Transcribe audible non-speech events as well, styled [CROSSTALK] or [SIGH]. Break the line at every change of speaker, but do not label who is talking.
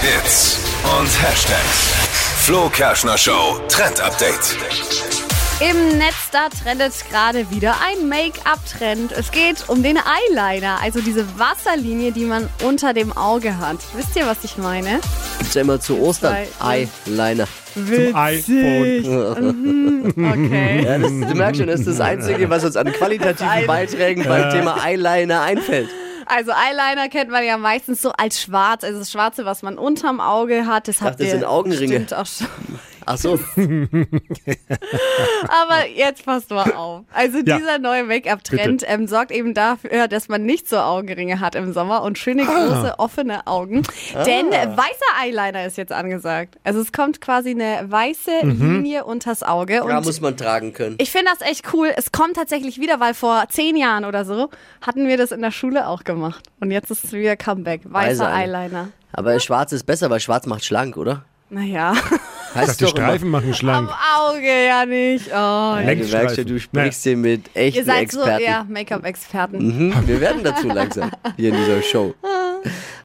Hits und Hashtags. Flo Kerschner Show Trend Update.
Im Netz, da trendet gerade wieder ein Make-up-Trend. Es geht um den Eyeliner, also diese Wasserlinie, die man unter dem Auge hat. Wisst ihr, was ich meine?
Gibt's ja immer zu Ostern.
Zwei. ne?
Eyeliner.
Witzig. Mhm,
[LAUGHS]
okay.
[LAUGHS]
Ja, das, du merkst schon, das ist das Einzige, was uns an qualitativen Beiträgen beim Thema Eyeliner einfällt.
Also Eyeliner kennt man ja meistens so als schwarz, also das Schwarze, was man unterm Auge hat. Das habt
dachte, das
ihr
sind Augenringe.
Stimmt auch schon. [LAUGHS]
Ach so.
Aber jetzt passt mal auf. Also
Ja.
dieser neue Make-up-Trend ähm, sorgt eben dafür, dass man nicht so Augenringe hat im Sommer und
Ah.
schöne große offene Augen. Denn äh, weißer Eyeliner ist jetzt angesagt. Also es kommt quasi eine weiße Linie unters Auge. Und
Mhm. Ja, muss man tragen können.
ich finde das echt cool. Es kommt tatsächlich wieder, weil vor zehn Jahren oder so hatten wir das in der Schule auch gemacht. Und jetzt ist es wieder Comeback. Weißer
Weißer
Eyeliner.
Aber schwarz ist besser, weil schwarz macht schlank, oder?
Naja,
Ich
Heißt
dachte, die
doch immer.
Streifen machen
am
schlank.
[LAUGHS] Auge ja nicht. Oh,
Ja, du merkst ja,
Längsstreifen.
du sprichst hier mit
Ihr
echten
seid so
Experten.
eher Make-up-Experten.
Mhm, wir werden dazu langsam hier in dieser Show.